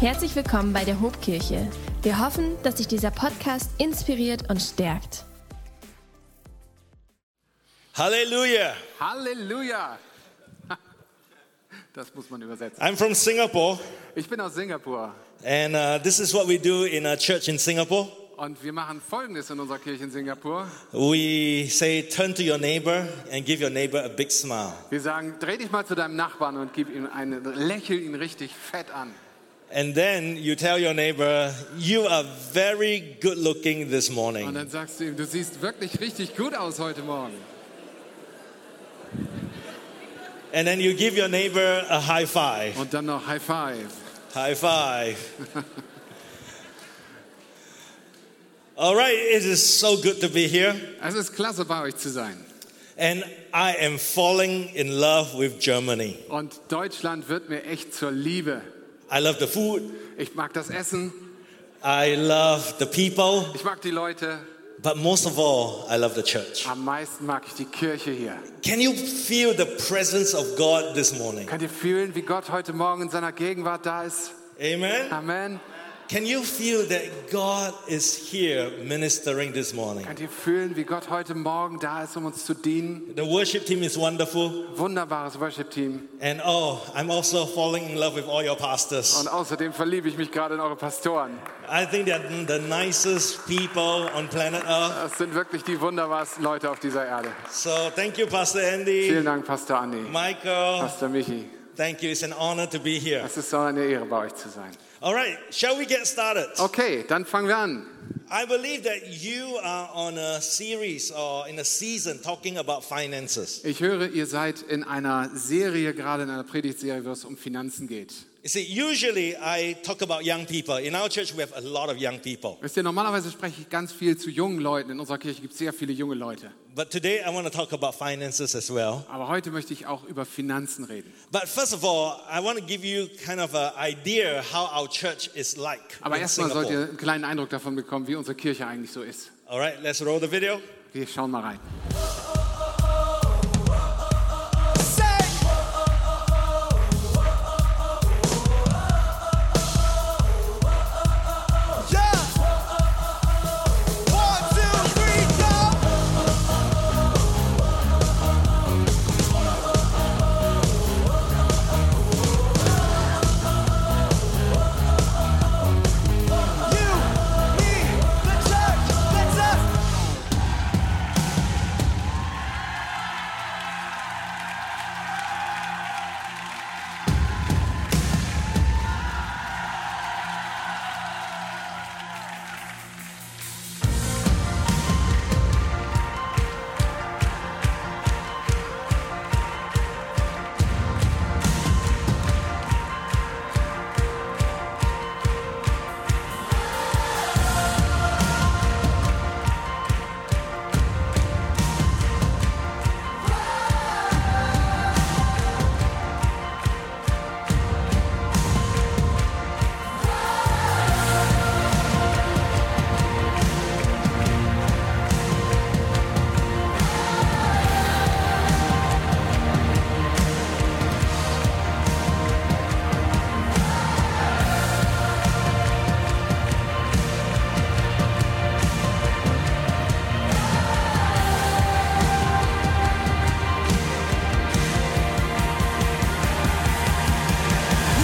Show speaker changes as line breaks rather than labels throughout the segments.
Herzlich willkommen bei der Hobkirche. Wir hoffen, dass sich dieser Podcast inspiriert und stärkt.
Hallelujah.
Halleluja! Das muss man übersetzen.
I'm from Singapore,
Ich bin aus Singapur
and uh, this is what we do in a church in Singapore.
und wir machen Folgendes in unserer Kirche in Singapur.
We say, turn to your neighbor and give your neighbor a big smile.
Wir sagen, dreh dich mal zu deinem Nachbarn und gib ihm eine, lächel ihn richtig fett an.
And then you tell your neighbor, you are very good looking this
Und
morning.
dann sagst du ihm, du siehst wirklich richtig gut aus heute Morgen.
And then you give your neighbor a high five.
Und dann noch High Five.
High five. All right, it is so good to be here.
Es ist klasse, bei euch zu sein.
And I am falling in love with Germany.
Und Deutschland wird mir echt zur Liebe.
I love the food,
Ich mag das Essen,
I love the people,
ich mag die Leute,
but most of all, I love the church.
am meisten mag ich die Kirche hier.
Can you feel the presence of God this morning?
Könnt ihr fühlen, wie Gott heute Morgen in seiner Gegenwart da ist?
Amen.
Amen.
Can you feel that God is here ministering this morning?
Könnt ihr fühlen, wie Gott heute Morgen da ist, um uns zu dienen?
The worship team is wonderful.
Wunderbares Worship-Team.
And oh, I'm also falling in love with all your pastors.
Und außerdem verliebe ich mich gerade in eure Pastoren.
I think they're the nicest people on planet Earth.
Das sind wirklich die wunderbarsten Leute auf dieser Erde.
So thank you, Pastor
Vielen
Andy,
Dank, Pastor Andi,
Michael.
Pastor Michi.
Thank you. It's an honor to be here.
Es ist so eine Ehre, bei euch zu sein.
All right, shall we get started?
Okay, dann fangen wir an.
I believe that you are on a series or in a season talking about finances.
Ich höre, ihr seid in einer Serie, gerade in einer Predigtserie, wo es um Finanzen geht.
You see, usually I talk about young people. In our church, we have a lot of young people.
Wisst ihr, normalerweise spreche ich ganz viel zu jungen Leuten. In unserer Kirche gibt es sehr viele junge Leute.
But today, I want to talk about finances as well.
Aber heute möchte ich auch über Finanzen reden.
But first of all, I want to give you kind of an idea how our church is like
Aber
in
erstmal sollt ihr
Singapore.
einen kleinen Eindruck davon bekommen, wie unsere Kirche eigentlich so ist.
All right, let's roll the video.
Wir schauen mal rein.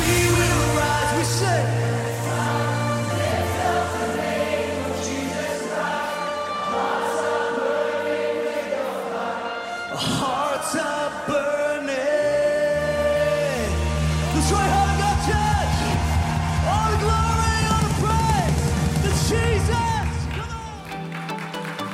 We will rise, we say. Hearts are burning. That's right, Holy God, church. All the glory, all the praise. It's Jesus. Come on.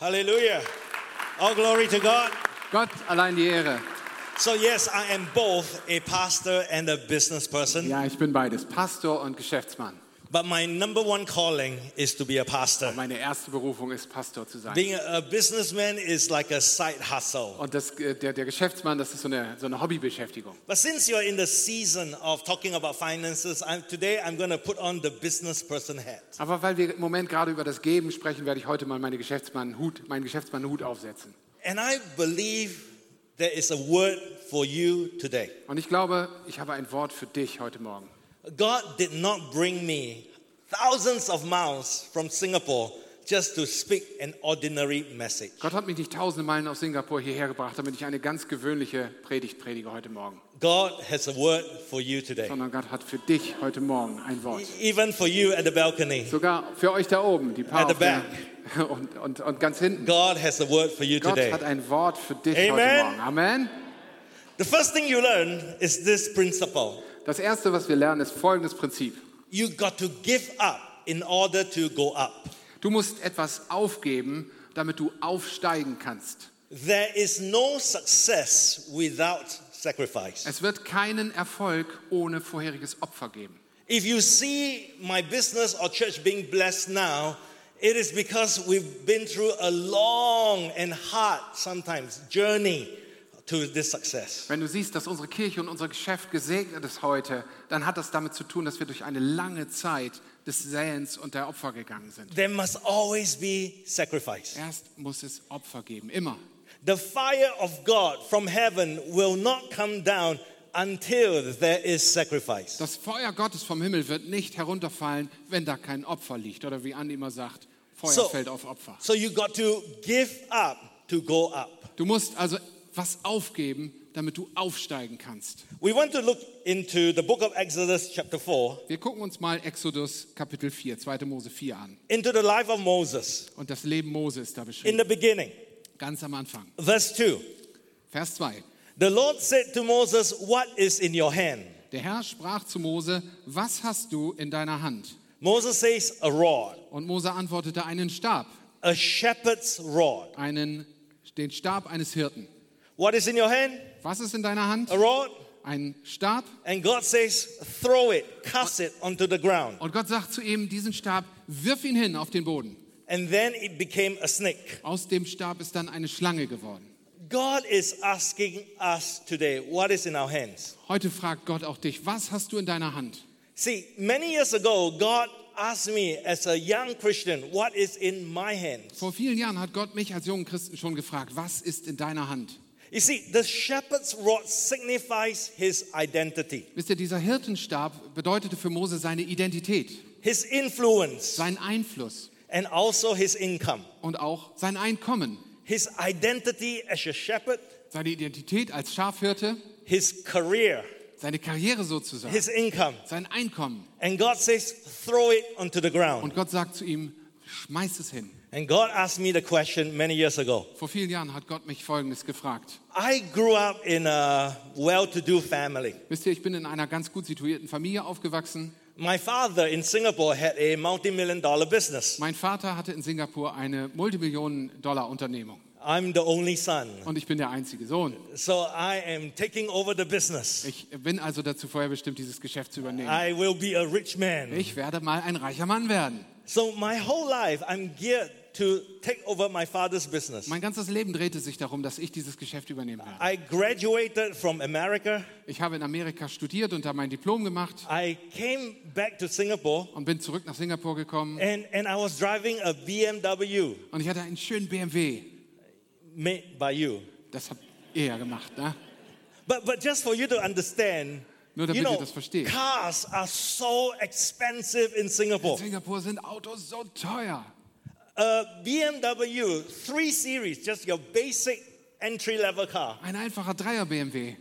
Hallelujah. All glory to God.
Gott allein die Ehre.
So, yes, I am both a pastor and a business person,
Ja, ich bin beides, Pastor und Geschäftsmann.
but my number one calling is to be a pastor.
Meine erste Berufung ist, Pastor zu sein.
Being a a businessman is like a side hustle.
Und das, äh, der, der Geschäftsmann, das ist so eine, so eine Hobbybeschäftigung.
But since you're in the season of talking about finances, I'm, today I'm going to put on the business person hat.
Aber weil wir im Moment gerade über das Geben sprechen, werde ich heute mal meine Geschäftsmann-Hut, meinen Geschäftsmann-Hut aufsetzen.
And I believe there is a word for you today.
Und ich glaube, ich habe ein Wort für dich heute Morgen.
God did not bring me thousands of miles from Singapore just to speak an ordinary message.
Gott hat mich nicht tausende Meilen aus Singapur hierher gebracht, damit ich eine ganz gewöhnliche Predigt predige heute Morgen.
God has a word for you today,
Sondern Gott hat für dich heute Morgen ein Wort.
even for you at the balcony.
Sogar für euch da oben, die
At
paar
the
auf der- und, und, und ganz hinten.
God has a word for you
Gott
today.
hat ein Wort für dich
Amen.
heute Morgen. Amen.
The first thing you learn is this principle
Das Erste, was wir lernen, ist folgendes Prinzip.
you got to give up in order to go up.
Du musst etwas aufgeben, damit du aufsteigen kannst.
There is no success without sacrifice.
Es wird keinen Erfolg ohne vorheriges Opfer geben.
If you see my business or church being blessed now, it is because we've been through a long and hard, sometimes, journey to this success.
Wenn du siehst, dass unsere Kirche und unser Geschäft gesegnet ist heute, dann hat das damit zu tun, dass wir durch eine lange Zeit des Säens und der Opfer gegangen sind.
There must always be sacrifice.
Erst muss es Opfer geben, immer.
The fire of God from heaven will not come down until there is sacrifice.
Das Feuer Gottes vom Himmel wird nicht herunterfallen, wenn da kein Opfer liegt. Oder wie Andi immer sagt, Feuer
So-
fällt auf Opfer.
So you got to give up to go up.
Du musst also was aufgeben, damit du aufsteigen kannst.
We want to look into the book of Exodus, chapter 4,
Wir gucken uns mal Exodus Kapitel 4, 2. Mose 4 an.
into the life of Moses
Und das Leben Mose ist da
in
beschrieben,
the beginning.
ganz am Anfang.
Verse 2
Vers 2.
The Lord said to Moses, What is in your hand?
Der Herr sprach zu Mose, was hast du in deiner Hand?
Moses says, A rod,
Und Mose antwortete, einen Stab,
a shepherd's rod.
einen, den Stab eines Hirten.
What is in your hand?
Was ist in deiner Hand?
A rod.
Ein Stab.
And God says, Throw it, cast it onto the ground.
Und Gott sagt zu ihm, diesen Stab, wirf ihn hin auf den Boden.
And then it became a snake.
Aus dem Stab ist dann eine Schlange geworden.
God is asking us today what is in our hands.
Heute fragt Gott auch dich, was hast du in deiner Hand?
See, many years ago, God asked me as a young Christian, what is in my hands?
Vor vielen Jahren hat Gott mich als jungen Christen schon gefragt, was ist in deiner Hand?
You see, the shepherd's rod signifies his identity,
Wisst ihr, dieser Hirtenstab bedeutete für Mose seine Identität,
his influence,
seinen Einfluss
and also his income.
und auch sein Einkommen,
His identity as a shepherd,
seine Identität als Schafhirte,
his career,
seine Karriere sozusagen,
his income.
sein Einkommen.
And God says, throw it onto the ground.
Und Gott sagt zu ihm, schmeiß es hin.
And God asked me the question many years ago.
Vor vielen Jahren hat Gott mich Folgendes gefragt.
I grew up in a well to do family.
Wisst ihr, ich bin in einer ganz gut situierten Familie aufgewachsen.
My father in Singapore had a multi million dollar business.
Mein Vater hatte in Singapur eine Multimillionen-Dollar-Unternehmung.
I'm the only son.
Und ich bin der einzige Sohn.
So I am taking over the business.
Ich bin also dazu vorher bestimmt, dieses Geschäft zu übernehmen.
I will be a rich man.
Ich werde mal ein reicher Mann werden.
So my whole life, I'm geared to take over my father's business.
Mein ganzes Leben drehte sich darum, dass ich dieses Geschäft übernehmen werde.
I graduated from America.
Ich habe in Amerika studiert und da mein Diplom gemacht
I came back to Singapore
und bin zurück nach Singapur gekommen.
and, and I was driving a BMW
Und ich hatte einen schönen BMW.
made by you.
Das habt ihr ja gemacht, ne?
But, but just for you to understand,
Nur damit
you
ihr
know,
das versteht.
cars are so expensive in Singapore.
In Singapur sind Autos so teuer.
A BMW 3 Series, just your basic entry level car.
Ein einfacher Dreier BMW.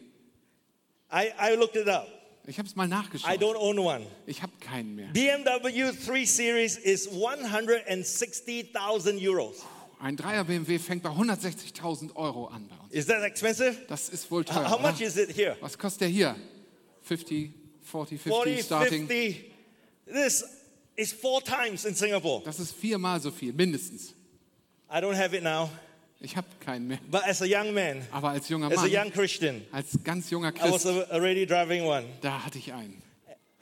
I, I looked it up.
Ich habe es mal
I
nachgeschaut.
don't own one.
Ich habe keinen mehr.
BMW 3 Series is 160,000 euros.
Ein Dreier BMW fängt bei 160.000 Euro an bei uns.
Is that expensive?
Das ist wohl
How
teuer.
how much
oder?
is it here?
Was kostet der hier? 50, 40, 50
40,
starting.
50. This is four times in Singapore.
Das ist viermal so viel, mindestens.
I don't have it now.
Ich habe keinen mehr.
But as a young man,
Aber als junger
as a young
Mann,
Christian,
als ganz junger
I was
Christ,
a- already driving one.
da hatte ich einen.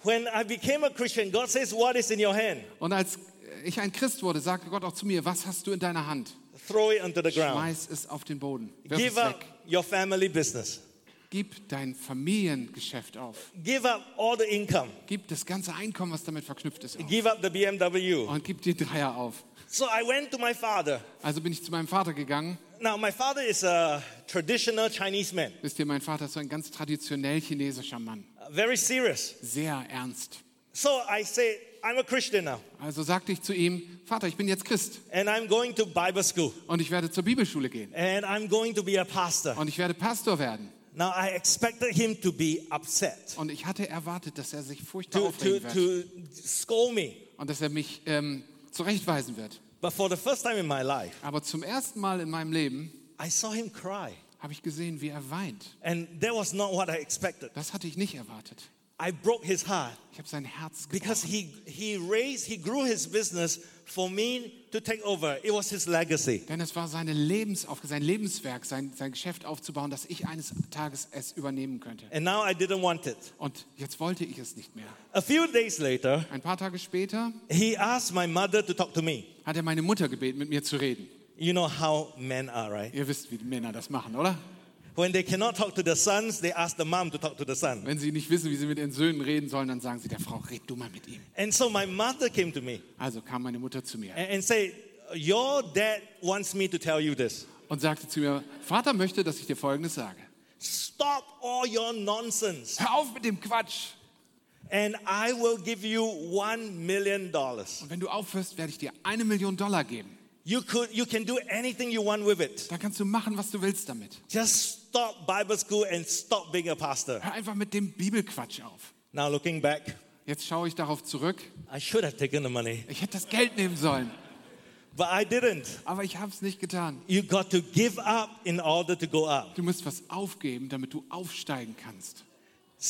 When I became a Christian, God says, What is in your hand?
Und als ich ein Christ wurde, sagte Gott auch zu mir, was hast du in deiner Hand?
Throw it onto the ground.
Schmeiß es auf den Boden. Wirf es
Give up
weg.
your family business.
Gib dein Familiengeschäft auf.
Give up all the income.
Gib das ganze Einkommen, was damit verknüpft ist, auf.
Give up the BMW.
Und gib die Dreier auf.
So I went to my father.
Also bin ich zu meinem Vater gegangen.
Now, my father is a traditional Chinese man,
Wisst ihr, mein Vater ist so ein ganz traditionell chinesischer Mann.
very serious.
Sehr ernst.
So I said, I'm a Christian now,
Also sagte ich zu ihm, Vater, ich bin jetzt Christ
and I'm going to Bible school,
und ich werde zur Bibelschule gehen.
and I'm going to be a pastor.
Und ich werde Pastor werden.
Now, I expected him to be upset,
Und ich hatte erwartet, dass er sich furchtbar
to, to,
aufregen wird
to scold me.
und dass er mich ähm, zurechtweisen wird.
But for the first time in my life,
Aber zum ersten Mal in meinem Leben
I saw him cry,
habe ich gesehen, wie er weint.
and that was not what I expected.
Das hatte ich nicht erwartet.
I broke his heart
Ich habe sein Herz
because
gebrochen,
he, he raised, he grew his business for me to take over. It was his legacy.
denn es war seine Lebensaufgabe, sein Lebenswerk, sein, sein Geschäft aufzubauen, dass ich eines Tages es übernehmen könnte.
And now I didn't want it.
Und jetzt wollte ich es nicht mehr.
A few days later,
Ein paar Tage später
He asked my mother to talk to me.
hat er meine Mutter gebeten, mit mir zu reden.
You know how men are, right?
Ihr wisst, wie die Männer das machen, oder?
When they cannot talk to the sons, they ask the mom to talk to the son.
Wenn sie nicht wissen, wie sie mit ihren Söhnen reden sollen, dann sagen sie der Frau, red du mal mit ihm.
And so my mother came to me
Also kam meine Mutter zu mir
and, and said, Your dad wants me to tell you this.
und sagte zu mir, Vater möchte, dass ich dir Folgendes sage.
Stop all your nonsense,
Hör auf mit dem Quatsch.
and I will give you one million dollars.
Und wenn du aufhörst, werde ich dir eine Million Dollar geben.
You could you can do anything you want with it.
Dann kannst du machen, was du willst damit.
Just stop Bible school and stop being a pastor.
Hör einfach mit dem Bibelquatsch auf.
Now looking back,
Jetzt schaue ich darauf zurück.
I should have taken the money,
Ich hätte das Geld nehmen sollen,
but I didn't.
aber ich habe es nicht getan.
You got to give up in order to go up.
Du musst was aufgeben, damit du aufsteigen kannst.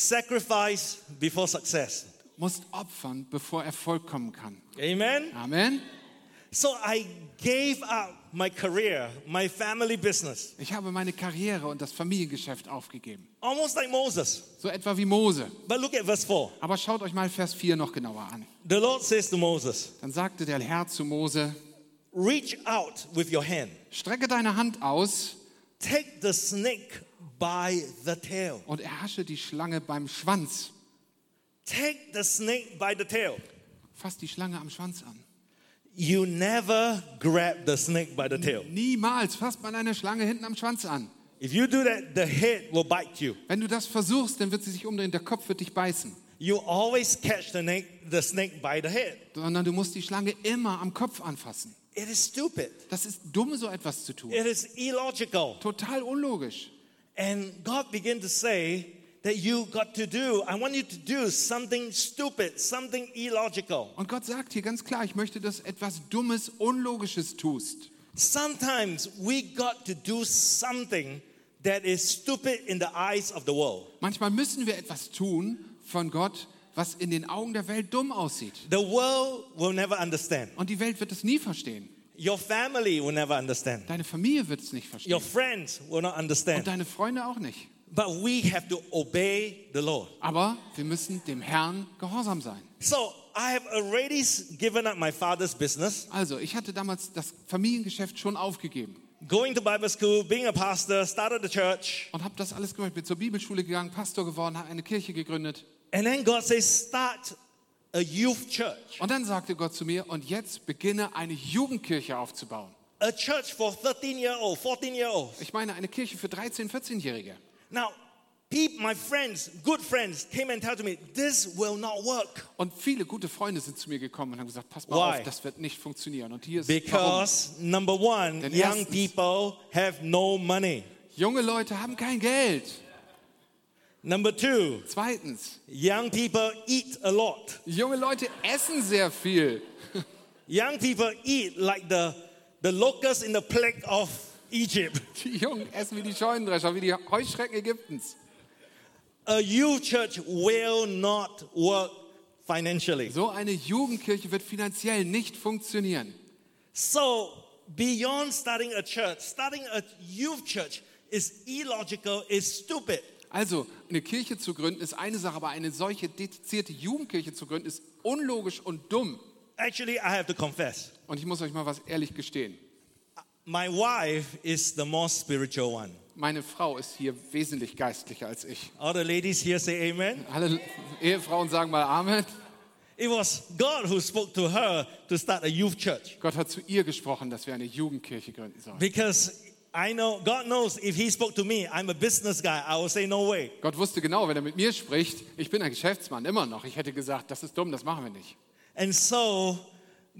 Sacrifice before success.
musst opfern, bevor Erfolg kommen kann.
Amen.
Amen.
So I gave up my career, my family business,
Ich habe meine Karriere und das Familiengeschäft aufgegeben.
almost like Moses.
So etwa wie Mose.
But look at verse 4.
Aber schaut euch mal Vers 4 noch genauer an.
The Lord says to Moses,
Dann sagte der Herr zu Mose,
Reach out with your hand,
strecke deine Hand aus
take the snake by the tail.
und erhasche die Schlange beim Schwanz.
Take the snake by the tail.
Fass die Schlange am Schwanz an.
You never grab the snake by the tail.
Niemals fasst man eine Schlange hinten am Schwanz an.
If you do that, the head will bite you.
Wenn du das versuchst, dann wird sie sich umdrehen, der Kopf wird dich beißen.
You always catch the snake, the snake by the head.
Sondern du musst die Schlange immer am Kopf anfassen.
It is stupid.
Das ist dumm, so etwas zu tun.
It is illogical.
Total unlogisch.
And God began to say that you got to do, I want you to do something stupid, something illogical.
Und Gott sagt hier ganz klar, ich möchte, dass du etwas Dummes, Unlogisches tust.
Sometimes we got to do something that is stupid in the eyes of the world.
Manchmal müssen wir etwas tun von Gott, was in den Augen der Welt dumm aussieht.
The world will never understand.
Und die Welt wird es nie verstehen.
Your family will never understand.
Deine Familie wird es nicht
Your
verstehen.
friends will not
Und
understand.
deine Freunde auch nicht.
But we have to obey the Lord.
Aber wir müssen dem Herrn gehorsam sein.
So I have already s- given up my father's business,
Also, ich hatte damals das Familiengeschäft schon aufgegeben
going to Bible school, being a pastor, started the church.
und habe das alles gemacht. Bin zur Bibelschule gegangen, Pastor geworden, habe eine Kirche gegründet.
And then God says, start a youth church,
Und dann sagte Gott zu mir, und jetzt beginne eine Jugendkirche aufzubauen.
a church for 13 year old, 14 year olds.
Ich meine, eine Kirche für 13-, 14-Jährige.
Now, peep, my friends, good friends, came and told me, this will not work
Und viele gute Freunde sind zu mir gekommen und haben gesagt, pass mal
Why?
auf, das wird nicht funktionieren. Und hier ist warum.
because number one,
Then
young
erstens-
people have no money.
Junge Leute haben kein Geld.
Number two,
Zweitens,
young people eat a lot.
junge Leute essen sehr viel.
Young people eat like the the locusts in the plague of Egypt.
Die Jungen essen wie die Scheunendrescher, wie die Heuschrecken Ägyptens.
A youth church will not work financially.
So eine Jugendkirche wird finanziell nicht funktionieren.
So beyond starting a church, starting a youth church is illogical, is stupid.
Also, eine Kirche zu gründen ist eine Sache, aber eine solche dedizierte Jugendkirche zu gründen ist unlogisch und dumm.
Actually, I have to confess,
Und ich muss euch mal was ehrlich gestehen.
my wife is the more spiritual one.
Meine Frau ist hier wesentlich geistlicher als ich.
All the ladies here say amen.
Alle Ehefrauen sagen mal Amen.
It was God who spoke to her to start a youth church
Gott hat zu ihr gesprochen, dass wir eine Jugendkirche gründen sollen.
because I know God knows if He spoke to me, I'm a business guy. I will say no way.
Gott wusste genau, wenn er mit mir spricht, ich bin ein Geschäftsmann immer noch. Ich hätte gesagt, das ist dumm, das machen wir nicht.
And so,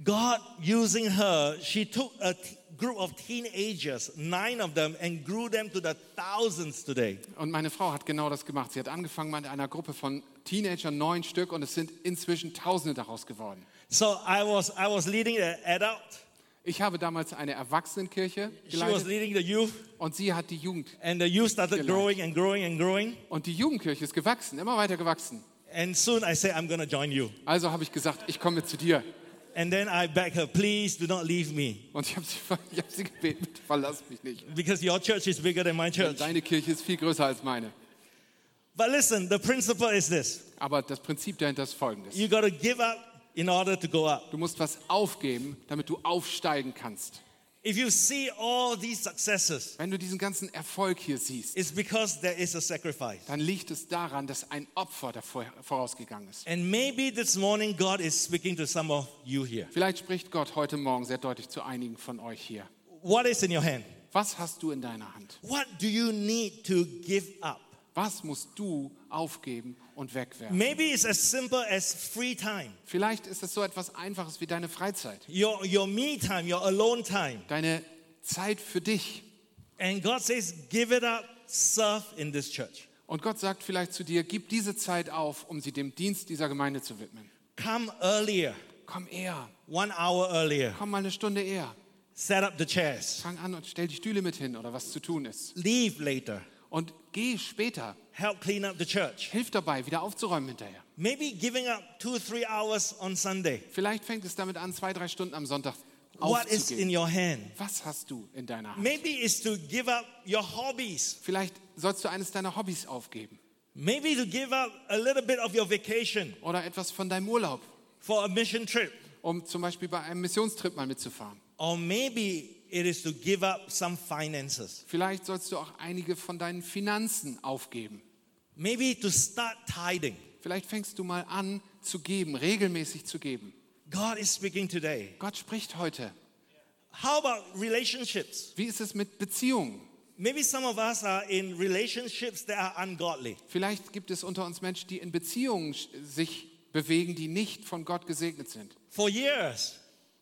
God using her, she took a t- group of teenagers, nine of them, and grew them to the thousands today.
Und meine Frau hat genau das gemacht. Sie hat angefangen mit einer Gruppe von Teenagern, neun Stück, und es sind inzwischen Tausende daraus geworden.
So I was I was leading the adult.
Ich habe damals eine Erwachsenenkirche
She was
geleitet
leading the youth,
und sie hat die Jugend.
and the youth started
Geleitet.
growing and growing and growing.
Und die Jugendkirche ist gewachsen, immer weiter gewachsen.
And soon I said, I'm gonna join you.
Also habe ich gesagt, ich komme zu dir.
And then I begged her, please do not leave me
Und ich habe sie, ver- ich habe sie gebeten, bitte verlass mich nicht.
because your church is bigger than my
Denn
church.
deine Kirche ist viel größer als meine.
But listen, the principle is this:
Aber das Prinzip dahinter ist folgendes.
you gotta give up in order to go up.
Du musst was aufgeben, damit du aufsteigen kannst.
If you see all these successes,
Wenn du diesen ganzen Erfolg hier siehst,
it's because there is a sacrifice.
dann liegt es daran, dass ein Opfer davor vorausgegangen ist.
And maybe this morning God is speaking to some of you here.
Vielleicht spricht Gott heute Morgen sehr deutlich zu einigen von euch hier.
What is in your hand?
Was hast du in deiner Hand?
What do you need to give up?
Was musst du aufgeben und wegwerfen?
Maybe it's as simple as free time,
Vielleicht ist es so etwas Einfaches wie deine Freizeit,
your, your me time, your alone time.
deine Zeit für dich.
And God says, give it up, serve in this church.
Und Gott sagt vielleicht zu dir, gib diese Zeit auf, um sie dem Dienst dieser Gemeinde zu widmen.
Come earlier,
Komm eher,
one hour earlier.
komm mal eine Stunde eher.
Set up the chairs.
Fang an und stell die Stühle mit hin oder was zu tun ist.
Leave later.
Und geh später.
Help clean up the church.
Hilf dabei, wieder aufzuräumen hinterher.
Maybe giving up two, three hours on Sunday.
Vielleicht fängt es damit an, zwei, drei Stunden am Sonntag
What is in
aufzugehen.
your hand?
Was hast du in deiner Hand?
Maybe it's to give up your hobbies.
Vielleicht sollst du eines deiner Hobbys aufgeben
Maybe to give up a little bit of your vacation
oder etwas von deinem Urlaub,
for a mission trip.
um zum Beispiel bei einem Missionstrip mal mitzufahren.
Or maybe it is to give up some finances.
Vielleicht sollst du auch einige von deinen Finanzen aufgeben.
Maybe to start tithing.
Vielleicht fängst du mal an zu geben, regelmäßig zu geben.
God is speaking today.
Gott spricht heute.
How about relationships?
Wie ist es mit Beziehungen?
Maybe some of us are in relationships that are ungodly.
Vielleicht gibt es unter uns Menschen, die in Beziehungen sch- sich bewegen, die nicht von Gott gesegnet sind.
For years.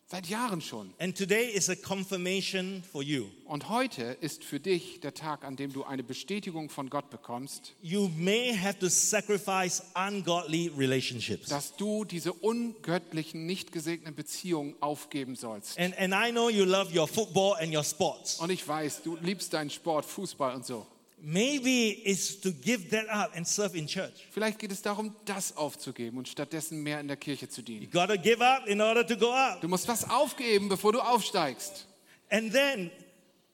Seit Jahren schon.
And today is a confirmation for you.
Und heute ist für dich der Tag, an dem du eine Bestätigung von Gott bekommst,
You may have to sacrifice ungodly relationships.
dass du diese ungöttlichen, nicht gesegneten Beziehungen aufgeben sollst.
And, and I know you love your football and your sports.
Und ich weiß, du liebst deinen Sport, Fußball und so.
Maybe it's to give that up and serve in church.
Vielleicht geht es darum, das aufzugeben und stattdessen mehr in der Kirche zu dienen.
You gotta give up in order to go up.
Du musst was aufgeben, bevor du aufsteigst.
And then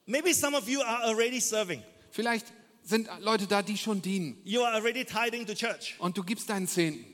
maybe some of you are already serving.
Vielleicht sind Leute da, die schon dienen
You are already tithing to church.
und du gibst deinen Zehnten.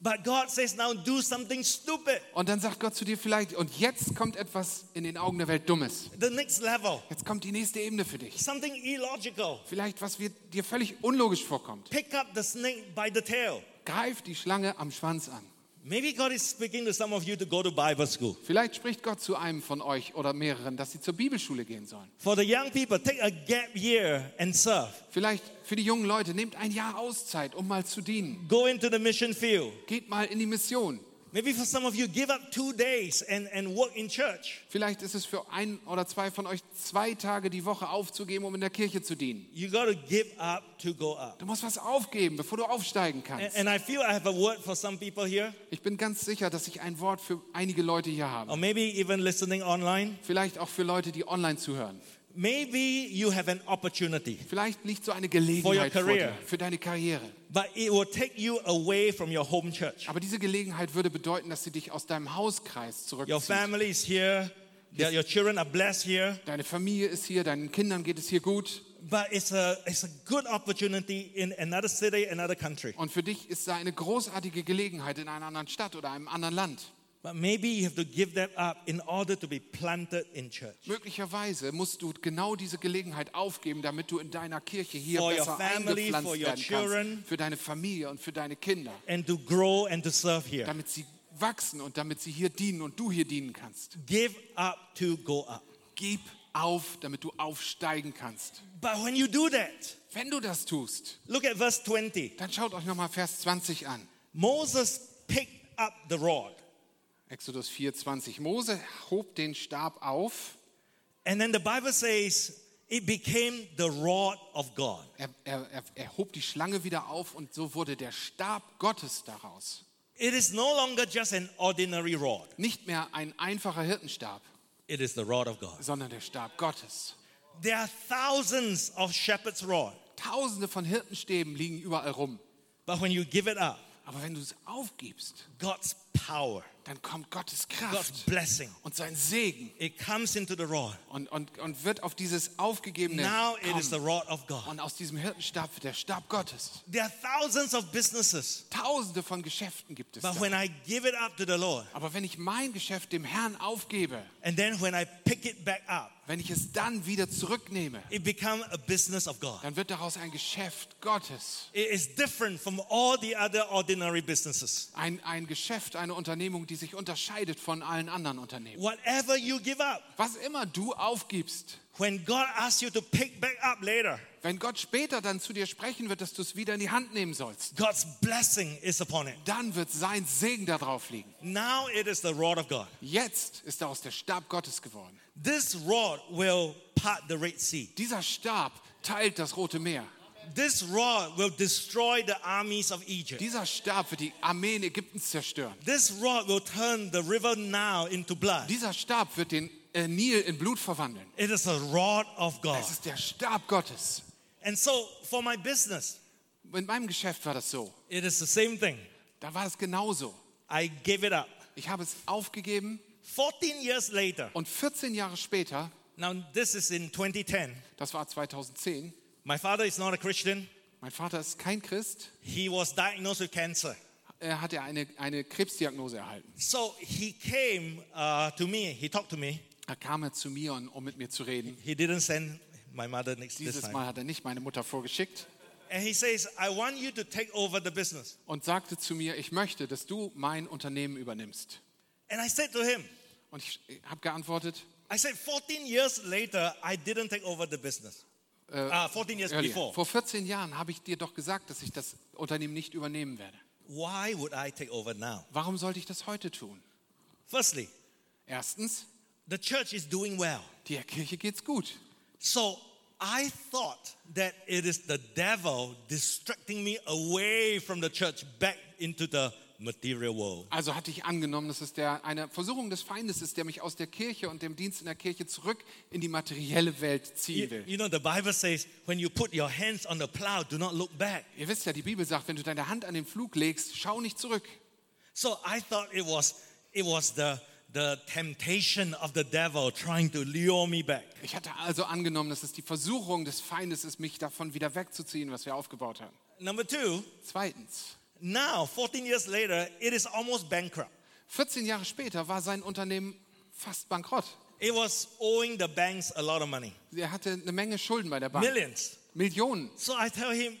But God says now do something stupid.
Und dann sagt Gott zu dir vielleicht, und jetzt kommt etwas in den Augen der Welt Dummes.
The next level.
Jetzt kommt die nächste Ebene für dich.
Something illogical.
Vielleicht, was wir, dir völlig unlogisch vorkommt.
Pick up the snake by the tail.
Greif die Schlange am Schwanz an.
Maybe God is speaking to some of you to go to Bible school.
Vielleicht spricht Gott zu einem von euch oder mehreren, dass sie zur Bibelschule gehen sollen.
For the young people, take a gap year and serve.
Vielleicht für die jungen Leute, nehmt ein Jahr Auszeit, um mal zu dienen.
Go into the mission field.
Geht mal in die Mission.
Maybe for some of you, give up two days and, and work in church.
Vielleicht ist es für ein oder zwei von euch, zwei Tage die Woche aufzugeben, um in der Kirche zu dienen.
You got to give up to go up.
Du musst was aufgeben, bevor du aufsteigen
And,
kannst.
and I feel I have a word for some people here,
Ich bin ganz sicher, dass ich ein Wort für einige Leute hier habe.
or maybe even listening online.
Vielleicht auch für Leute, die online zuhören.
Maybe you have an opportunity,
Vielleicht liegt so eine Gelegenheit
For
vor
your career.
dir, für deine Karriere.
but it will take you away from your home church.
Aber diese Gelegenheit würde bedeuten, dass sie dich aus deinem Hauskreis
Your
zurückzieht.
family is here, Yeah, your children are blessed here,
Deine Familie ist hier, deinen Kindern geht es hier gut.
but it's a, it's a good opportunity in another city, another country.
Und für dich ist da eine großartige Gelegenheit in einer anderen Stadt oder einem anderen Land.
But maybe you have to give that up in order to be planted in church.
Möglicherweise musst du genau diese Gelegenheit aufgeben, damit du in deiner Kirche hier
For your
besser
family,
eingepflanzt
for your
werden
children.
kannst. Für deine Familie und für deine Kinder.
And to grow and to serve here.
Damit sie wachsen und damit sie hier dienen und du hier dienen kannst.
Give up to go up.
Gib auf, damit du aufsteigen kannst.
But when you do that,
Wenn du das tust,
look at verse 20.
dann schaut euch nochmal Vers 20 an.
Moses picked up the rod,
Exodus 4,20. Mose hob den Stab auf.
and then the Bible says it became the rod of God.
Er, er, er, er hob die Schlange wieder auf und so wurde der Stab Gottes daraus.
It is no longer just an ordinary rod,
Nicht mehr ein einfacher Hirtenstab,
it is the rod of God.
sondern der Stab Gottes.
There are thousands of shepherd's rod,
Tausende von Hirtenstäben liegen überall rum.
but when you give it up,
Aber wenn du es aufgibst,
God's power,
dann kommt Gottes
God's
Kraft
blessing,
und sein Segen
it comes into the rod.
und, und, und wird auf dieses Aufgegebene
Now it is the
kommen.
rod of God.
Und aus diesem Hirtenstab wird der Stab Gottes.
There are thousands of businesses,
Tausende von Geschäften gibt es.
but
Da.
when I give it up to the Lord,
Aber wenn ich mein Geschäft dem Herrn aufgebe,
and then when I pick it back up,
wenn ich es dann wieder zurücknehme,
it become a business of God.
dann wird daraus ein Geschäft Gottes.
It is different from all the other ordinary businesses.
Ein, ein Geschäft, eine Unternehmung, die sich unterscheidet von allen anderen Unternehmen.
Whatever you give up,
Was immer du aufgibst,
when God asks you to pick back up later,
wenn Gott später dann zu dir sprechen wird, dass du es wieder in die Hand nehmen sollst,
God's blessing is upon it.
dann wird sein Segen da drauf liegen.
Now it is the rod of God.
Jetzt ist daraus der Stab Gottes geworden.
This rod will part the Red Sea.
Dieser Stab teilt das Rote Meer.
This rod will destroy the armies of Egypt.
Dieser Stab wird die Armeen Ägyptens zerstören.
This rod will turn the river Nile into blood.
Dieser Stab wird den äh, Nil in Blut verwandeln.
It is a rod of God.
Es ist der Stab Gottes.
And so for my business,
In meinem Geschäft war das so.
it is the same thing.
Da war es genauso.
I gave it up.
Ich habe es aufgegeben
14 years later,
und 14 Jahre später,
now this is in 2010,
das war 2010,
my father is not a Christian.
mein Vater ist kein Christ,
He was diagnosed with cancer.
äh, hat er eine, eine Krebsdiagnose erhalten.
So he came uh, to me, he talked to me.
Da kam er zu mir, und- um mit mir zu reden.
He didn't send my mother next this
Dieses
time.
Mal hat er nicht meine Mutter vorgeschickt
And he says, I want you to take over the business.
und sagte zu mir, ich möchte, dass du mein Unternehmen übernimmst.
And I said to him,
Und ich habe geantwortet,
I said, 14 years later, I didn't take over the business. Ah, 14 years
earlier,
before.
vor 14 Jahren habe ich dir doch gesagt, dass ich das Unternehmen nicht übernehmen werde.
Why would I take over now?
Warum sollte ich das heute tun?
Firstly,
Erstens,
the church is doing well.
der Kirche geht's gut.
So I thought that it is the devil distracting me away from the church back into the material world.
Also hatte ich angenommen, dass es der, eine Versuchung des Feindes ist, der mich aus der Kirche und dem Dienst in der Kirche zurück in die materielle Welt ziehen
You,
will.
you know, the Bible says, when you put your hands on the plow, do not look back.
Ihr wisst ja, die Bibel sagt, wenn du deine Hand an den Flug legst, schau nicht zurück.
So I thought it was, it was the, the temptation of the devil trying to lure me back.
Ich hatte also angenommen, dass es die Versuchung des Feindes ist, mich davon wieder wegzuziehen, was wir aufgebaut haben.
Number two,
Zweitens,
now, 14 years later, it is almost bankrupt.
14 Jahre später war sein Unternehmen fast bankrott.
It was owing the banks a lot of money,
Er hatte eine Menge Schulden bei der Bank.
millions.
Millionen.
So I tell him,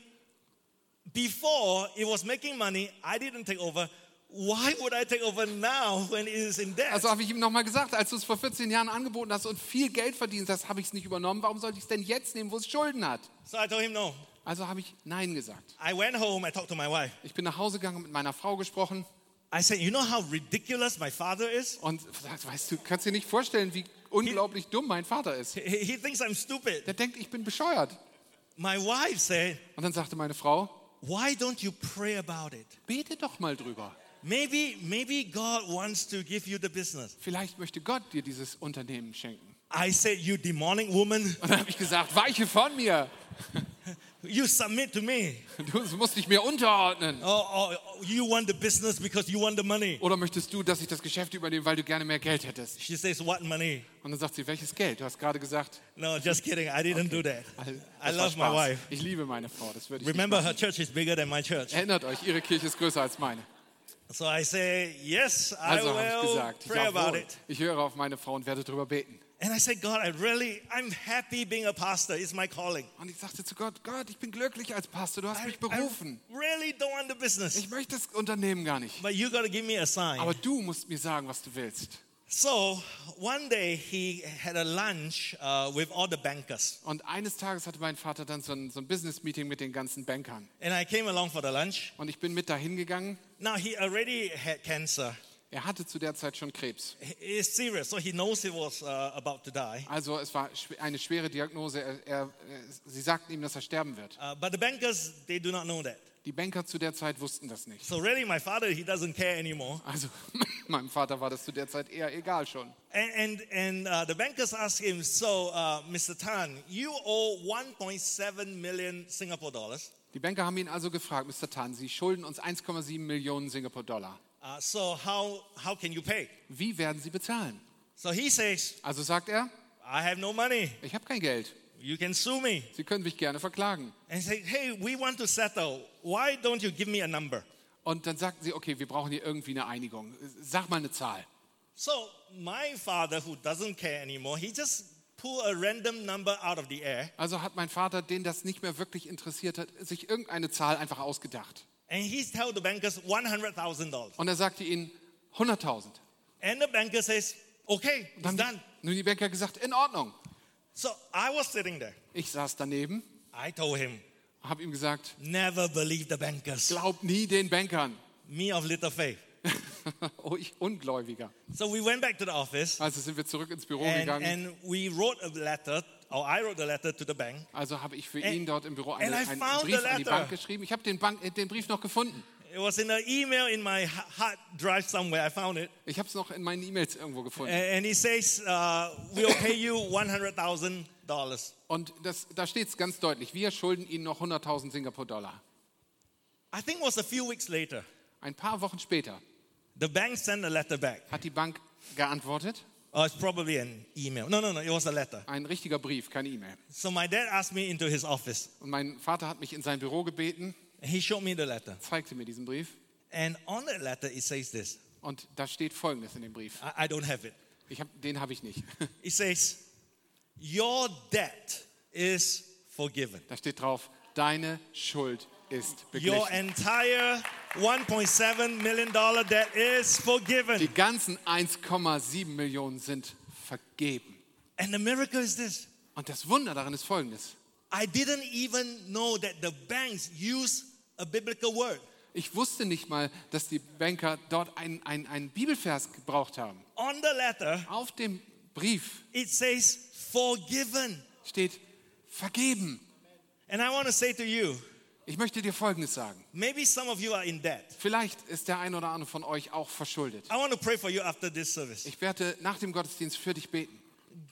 before it was making money, I didn't take over. Why would I take over now when it is in debt?
Also habe ich ihm nochmal gesagt, als du es vor 14 Jahren angeboten hast und viel Geld verdient hast, habe ich es nicht übernommen. Warum sollte ich es denn jetzt nehmen, wo es Schulden hat?
so I told him no.
Also habe ich Nein gesagt.
I went home, I talked to my wife.
Ich bin nach Hause gegangen, mit meiner Frau gesprochen
I said, You know how ridiculous my father is?
und gesagt, weißt du, kannst dir nicht vorstellen, wie unglaublich dumm mein Vater ist.
He, he thinks I'm stupid.
Der denkt, ich bin bescheuert.
My wife said,
Und dann sagte meine Frau,
Why don't you pray about it?
bete doch mal drüber.
Maybe, maybe God wants to give you the business.
Vielleicht möchte Gott dir dieses Unternehmen schenken.
I said, You demonic woman,
Und dann habe ich gesagt, weiche von mir.
You submit to me.
Du musst dich mir unterordnen.
Or, or you want the business because you want the money.
Oder möchtest du, dass ich das Geschäft übernehme, weil du gerne mehr Geld hättest?
She says, What money?
Und dann sagt sie, welches Geld? Du hast gerade gesagt,
No, just kidding. I didn't do that.
all-
I
das war
love my
Spaß.
wife.
Ich liebe meine Frau, das würde ich nicht
Remember, her
machen.
church is bigger than my church.
Erinnert euch, ihre Kirche ist größer als meine.
So I say, Yes, I
Also habe ich
will
gesagt,
pray about
jawohl,
it.
ich höre auf meine Frau und werde darüber beten.
And I said, God, I really, I'm happy being a pastor. It's my calling.
Und ich sagte zu Gott, Gott, ich bin glücklich als Pastor, du hast
I,
mich
I
berufen.
really don't want the business.
Ich möchte das Unternehmen gar nicht.
But you got to give me a sign.
Aber du musst mir sagen, was du willst.
So one day he had a lunch uh, with all the bankers.
Und eines Tages hatte mein Vater dann so ein, so ein Business-Meeting mit den ganzen Bankern.
And I came along for the lunch.
Und ich bin mit dahin gegangen.
Now he already had cancer.
Er hatte zu der Zeit schon Krebs.
It's serious. So he knows he was uh, about to die.
Also es war schw- eine schwere Diagnose. Er, er, sie sagten ihm, dass er sterben wird.
Uh, but the bankers, they do not know that.
Die Banker zu der Zeit wussten das nicht.
So really, my father, he doesn't care anymore.
Also meinem Vater war das zu der Zeit eher egal schon.
And and, and uh, the bankers ask him, so uh, Mr. Tan, you owe 1.7 million Singapore dollars.
Die Banker haben ihn also gefragt, Mr. Tan, Sie schulden uns 1,7 Millionen Singapur-Dollar.
Uh, so how how can you pay?
Wie werden Sie bezahlen?
So he says,
Also sagt er,
I have no money.
ich habe kein Geld.
You can sue me.
Sie können mich gerne verklagen.
And he said, Hey, we want to settle. Why don't you give me a number?
Und dann sagten sie, okay, wir brauchen hier irgendwie eine Einigung. Sag mal eine Zahl.
So my father, who doesn't care anymore, he just pulled a random number out of the air
Also hat mein Vater, den das nicht mehr wirklich interessiert hat, sich irgendeine Zahl einfach ausgedacht.
and he tell the bankers one hundred thousand dollars.
Und er sagte ihnen 100.000.
And the banker says, Okay, it's
Dann
done.
haben die- nun die Banker gesagt, in Ordnung.
So I was sitting there.
Ich saß daneben,
I told him,
habe ihm gesagt,
Never believe the bankers.
glaub nie den Bankern.
Me of little faith.
oh, ich Ungläubiger.
So we went back to the office
Also sind wir zurück ins Büro
and,
gegangen.
and we wrote a letter, or I wrote a letter to the bank.
Also habe ich für
And-
ihn dort im Büro
and
eine,
I
einen
found the
Brief an die
letter.
Bank geschrieben. Ich habe den, Bank- äh, den Brief noch gefunden.
It was in an email in my h- hard drive somewhere. I found it.
Ich habe es noch in meinen E-Mails irgendwo gefunden.
And and he says, uh, We'll pay you $100,000.
Und das, da steht es ganz deutlich. Wir schulden Ihnen noch 100.000 Singapur-Dollar.
I think it was a few weeks later,
Ein paar Wochen später
the bank sent a letter back.
hat die Bank geantwortet.
Oh, it's probably an email. No, no, no, it was a letter.
Ein richtiger Brief, keine E-Mail.
So my dad asked me into his office.
Und mein Vater hat mich in sein Büro gebeten,
He showed me the letter.
zeigte mir diesen Brief.
And on that letter, it says this
Und da steht Folgendes in dem Brief.
I, I don't have it.
Ich hab, den habe ich nicht.
It says, Your debt is forgiven.
Da steht drauf, deine Schuld ist
Your
beglichen.
entire $1.7 million debt is
Die
forgiven.
ganzen 1,7 Millionen sind vergeben.
And the miracle is this
Und das Wunder daran ist folgendes.
I didn't even know that the banks use a biblical word.
Ich wusste nicht mal, dass die Banker dort einen, einen, einen Bibelvers gebraucht haben.
On the letter,
Auf dem Brief
it says forgiven.
steht vergeben.
And I want to say to you,
Ich möchte dir Folgendes sagen.
maybe some of you are in debt.
Vielleicht ist der ein oder andere von euch auch verschuldet.
I want to pray for you after this service.
Ich werde nach dem Gottesdienst für dich beten.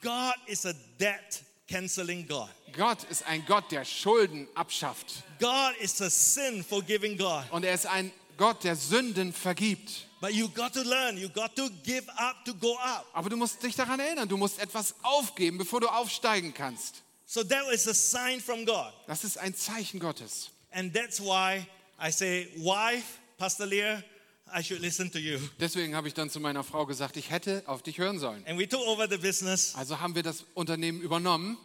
God is a debt canceling God.
Gott ist ein Gott, der Schulden abschafft.
God is a sin forgiving God.
Und er ist ein Gott, der Sünden vergibt.
But you got to learn, you got to give up to go up.
Aber du musst dich daran erinnern, du musst etwas aufgeben, bevor du aufsteigen kannst.
So that is a sign from God.
Das ist ein Zeichen Gottes.
And that's why I say, wife, Pastor Lear, I should listen to you.
Deswegen habe ich dann zu meiner Frau gesagt, ich hätte auf dich hören sollen.
And we took over the business.
Also haben wir das Unternehmen übernommen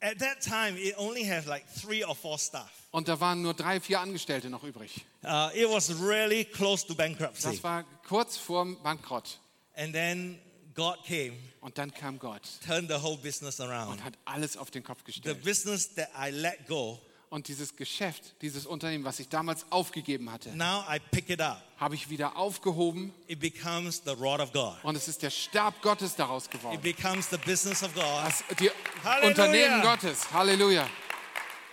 At that time, it only had like three or four staff.
und da waren nur drei, vier Angestellte noch übrig.
Uh, it was really close to bankruptcy.
Das war kurz vorm Bankrott.
And then God came,
Und dann kam Gott
turned the whole business around.
und hat alles auf den Kopf
The
gestellt.
business that I let go,
Und dieses Geschäft, dieses Unternehmen, was ich damals aufgegeben hatte,
now I pick it up.
habe ich wieder aufgehoben
It becomes the rod of God.
und es ist der Stab Gottes daraus
It
geworden.
becomes the business of God.
Das, die
Halleluja!
Unternehmen Gottes. Halleluja.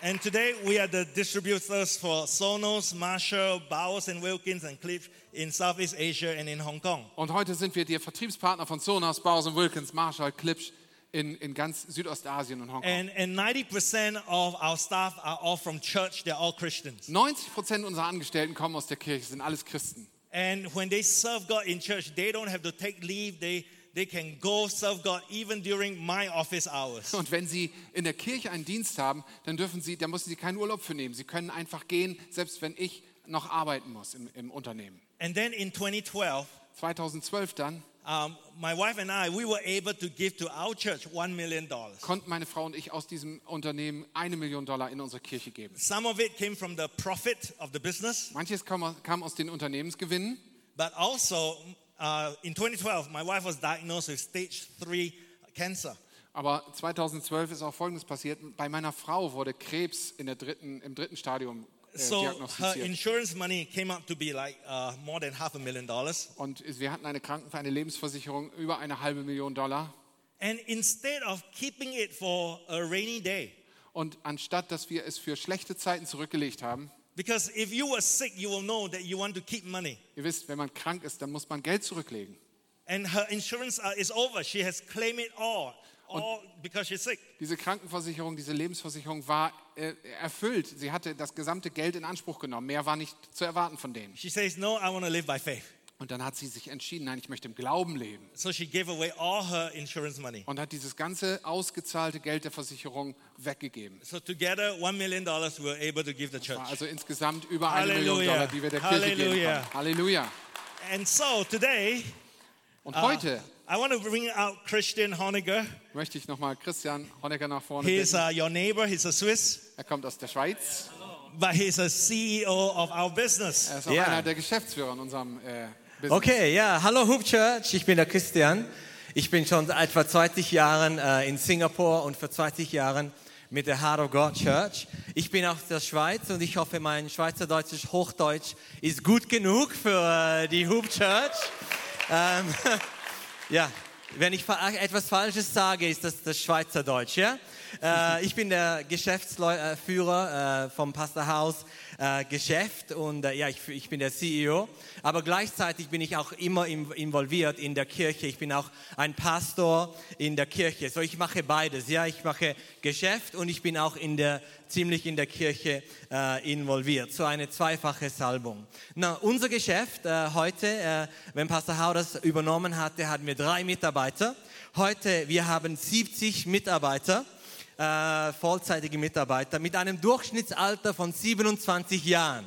And today we are the distributors for Sonos, Marshall, Bowers and Wilkins and Cliff in Southeast Asia and in Hong Kong.
Und heute sind wir die Vertriebspartner von Sonos, Bowers Wilkins, Marshall, Klipsch in, in ganz Südostasien und Hongkong.
And, and 90% of our staff are all from church, they're all Christians.
90 Prozent unserer Angestellten kommen aus der Kirche, sind alles Christen.
And when they serve God in church, they don't have to take leave. They, they can go serve God even during my office hours.
Und wenn sie in der Kirche einen Dienst haben, dann dürfen sie, dann müssen sie keinen Urlaub für nehmen. Sie können einfach gehen, selbst wenn ich noch arbeiten muss im, im Unternehmen.
And then in 2012,
2012 dann
um, my wife and I, we were able to give to our church $1 million.
konnten meine Frau und ich aus diesem Unternehmen eine Million Dollar in unsere Kirche geben.
Some of it came from the profit of the business,
Manches kam aus- kam aus den Unternehmensgewinnen,
but also uh, in 2012, my wife was diagnosed with stage three cancer.
aber 2012 ist auch Folgendes passiert. Bei meiner Frau wurde Krebs in der dritten, im dritten Stadium äh,
So her
diagnostiziert.
insurance money came out to be like uh, more than half a million dollars.
Und wir hatten eine Kranken eine Lebensversicherung über eine halbe Million Dollar.
And instead of keeping it for a rainy day,
Und anstatt, dass wir es für schlechte Zeiten zurückgelegt haben,
because if you were sick, you will know that you want to keep money.
ihr wisst, wenn man krank ist, dann muss man Geld zurücklegen.
And her insurance uh, is over. She has claimed it all, all because she's sick.
Diese Krankenversicherung, diese Lebensversicherung war äh, erfüllt. Sie hatte das gesamte Geld in Anspruch genommen. Mehr war nicht zu erwarten von denen.
She says, No, I want to live by faith.
Und dann hat sie sich entschieden, nein, ich möchte im Glauben leben.
So she gave away all her insurance money.
Und hat dieses ganze ausgezahlte Geld der Versicherung weggegeben.
So together, $1 million we were able to give the church.
War also insgesamt über eine
Halleluja.
Million Dollar, die wir der Kirche geben
Halleluja.
konnten. Halleluja.
And so today,
Und
uh,
heute
I want to bring out Christian Honegger.
möchte ich nochmal Christian Honecker nach vorne
He's
bitten.
uh, your neighbor, he's a Swiss,
Er kommt aus der Schweiz.
but he's a CEO of our
Er
business.
ist auch
Ja.
einer der Geschäftsführer in unserem äh, Business.
Okay, ja, hallo Hoop Church, ich bin der Christian. Ich bin schon seit etwa 20 Jahren äh, in Singapur und vor 20 Jahren mit der Heart of God Church. Ich bin aus der Schweiz und ich hoffe, mein schweizerdeutsches Hochdeutsch ist gut genug für äh, die Hoop Church. Ähm, ja, wenn ich fa- äh, etwas Falsches sage, ist das das Schweizerdeutsch, ja? Äh, ich bin der Geschäftsführer äh, vom Pastor House äh, Geschäft und äh, ja, ich, ich bin der CEO. Aber gleichzeitig bin ich auch immer im, involviert in der Kirche. Ich bin auch ein Pastor in der Kirche. So, ich mache beides, ja? Ich mache Geschäft und ich bin auch in der, ziemlich in der Kirche äh, involviert. So eine zweifache Salbung. Na, unser Geschäft äh, heute, äh, wenn Pastor Hau das übernommen hatte, hatten wir drei Mitarbeiter. Heute, wir haben 70 Mitarbeiter, äh, vollzeitige Mitarbeiter, mit einem Durchschnittsalter von 27 Jahren.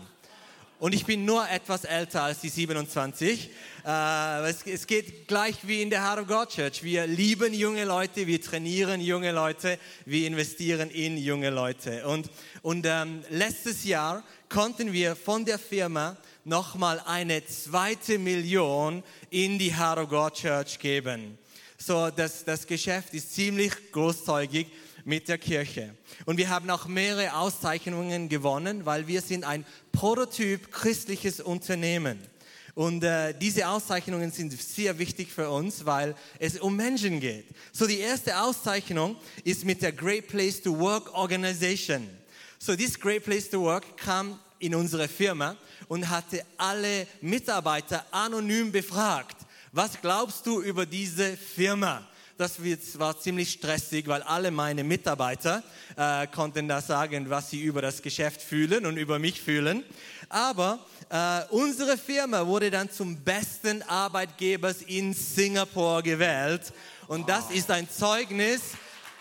Und ich bin nur etwas älter als die 27. Äh, es, es geht gleich wie in der Heart of God Church. Wir lieben junge Leute, wir trainieren junge Leute, wir investieren in junge Leute. Und, und ähm, letztes Jahr konnten wir von der Firma nochmal eine zweite Million in die Heart of God Church geben. So, das, das Geschäft ist ziemlich großzügig mit der Kirche. Und wir haben auch mehrere Auszeichnungen gewonnen, weil wir sind ein Prototyp christliches Unternehmen. Und äh, diese Auszeichnungen sind sehr wichtig für uns, weil es um Menschen geht. So die erste Auszeichnung ist mit der Great Place to Work Organization. So this Great Place to Work kam in unsere Firma und hatte alle Mitarbeiter anonym befragt. Was glaubst du über diese Firma? Das wird- war ziemlich stressig, weil alle meine Mitarbeiter äh, konnten da sagen, was sie über das Geschäft fühlen und über mich fühlen. Aber äh, unsere Firma wurde dann zum besten Arbeitgebers in Singapur gewählt. Und das ist ein Zeugnis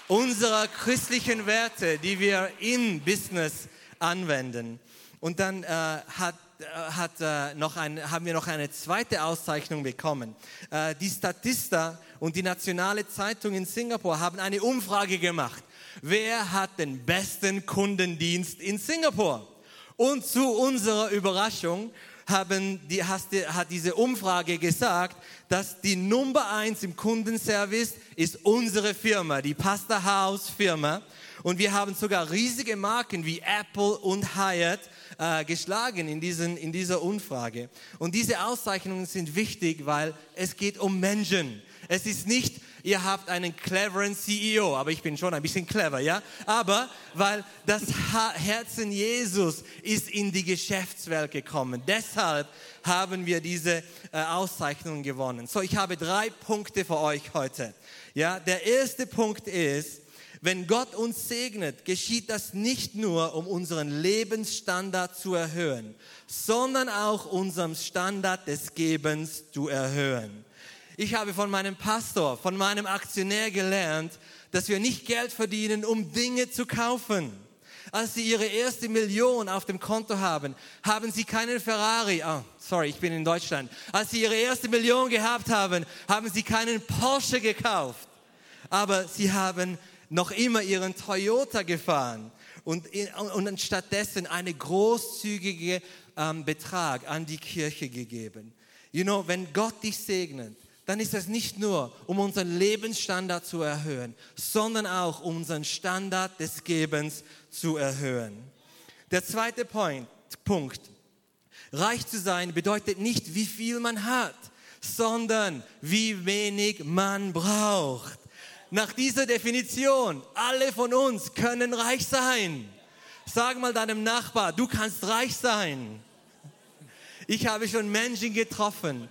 unserer christlichen Werte, die wir im Business anwenden. Und dann äh, hat, äh, hat, äh, noch ein, haben wir noch eine zweite Auszeichnung bekommen. Äh, die Statista und die Nationale Zeitung in Singapur haben eine Umfrage gemacht. Wer hat den besten Kundendienst in Singapur? Und zu unserer Überraschung haben die, hast, die- hat diese Umfrage gesagt, dass die Nummer eins im Kundenservice ist unsere Firma, die Pasta House Firma. Und wir haben sogar riesige Marken wie Apple und Hyatt äh, geschlagen in, diesen, in dieser Umfrage. Und diese Auszeichnungen sind wichtig, weil es geht um Menschen. Es ist nicht, ihr habt einen cleveren E CEO, aber ich bin schon ein bisschen clever, ja? Aber weil das Ha- Herzen Jesus ist in die Geschäftswelt gekommen. Deshalb haben wir diese äh, Auszeichnung gewonnen. So, ich habe drei Punkte für euch heute. Ja, der erste Punkt ist, wenn Gott uns segnet, geschieht das nicht nur, um unseren Lebensstandard zu erhöhen, sondern auch unseren Standard des Gebens zu erhöhen. Ich habe von meinem Pastor, von meinem Aktionär gelernt, dass wir nicht Geld verdienen, um Dinge zu kaufen. Als sie ihre erste Million auf dem Konto haben, haben sie keinen Ferrari. Ah, sorry, ich bin in Deutschland. Als sie ihre erste Million gehabt haben, haben sie keinen Porsche gekauft. Aber sie haben noch immer ihren Toyota gefahren und, und stattdessen einen großzügigen ähm, Betrag an die Kirche gegeben. You know, wenn Gott dich segnet, dann ist es nicht nur, um unseren Lebensstandard zu erhöhen, sondern auch, um unseren Standard des Gebens zu erhöhen. Der zweite Point, Punkt. Reich zu sein bedeutet nicht, wie viel man hat, sondern wie wenig man braucht. Nach dieser Definition, alle von uns können reich sein. Sag mal deinem Nachbar, du kannst reich sein. Ich habe schon Menschen getroffen.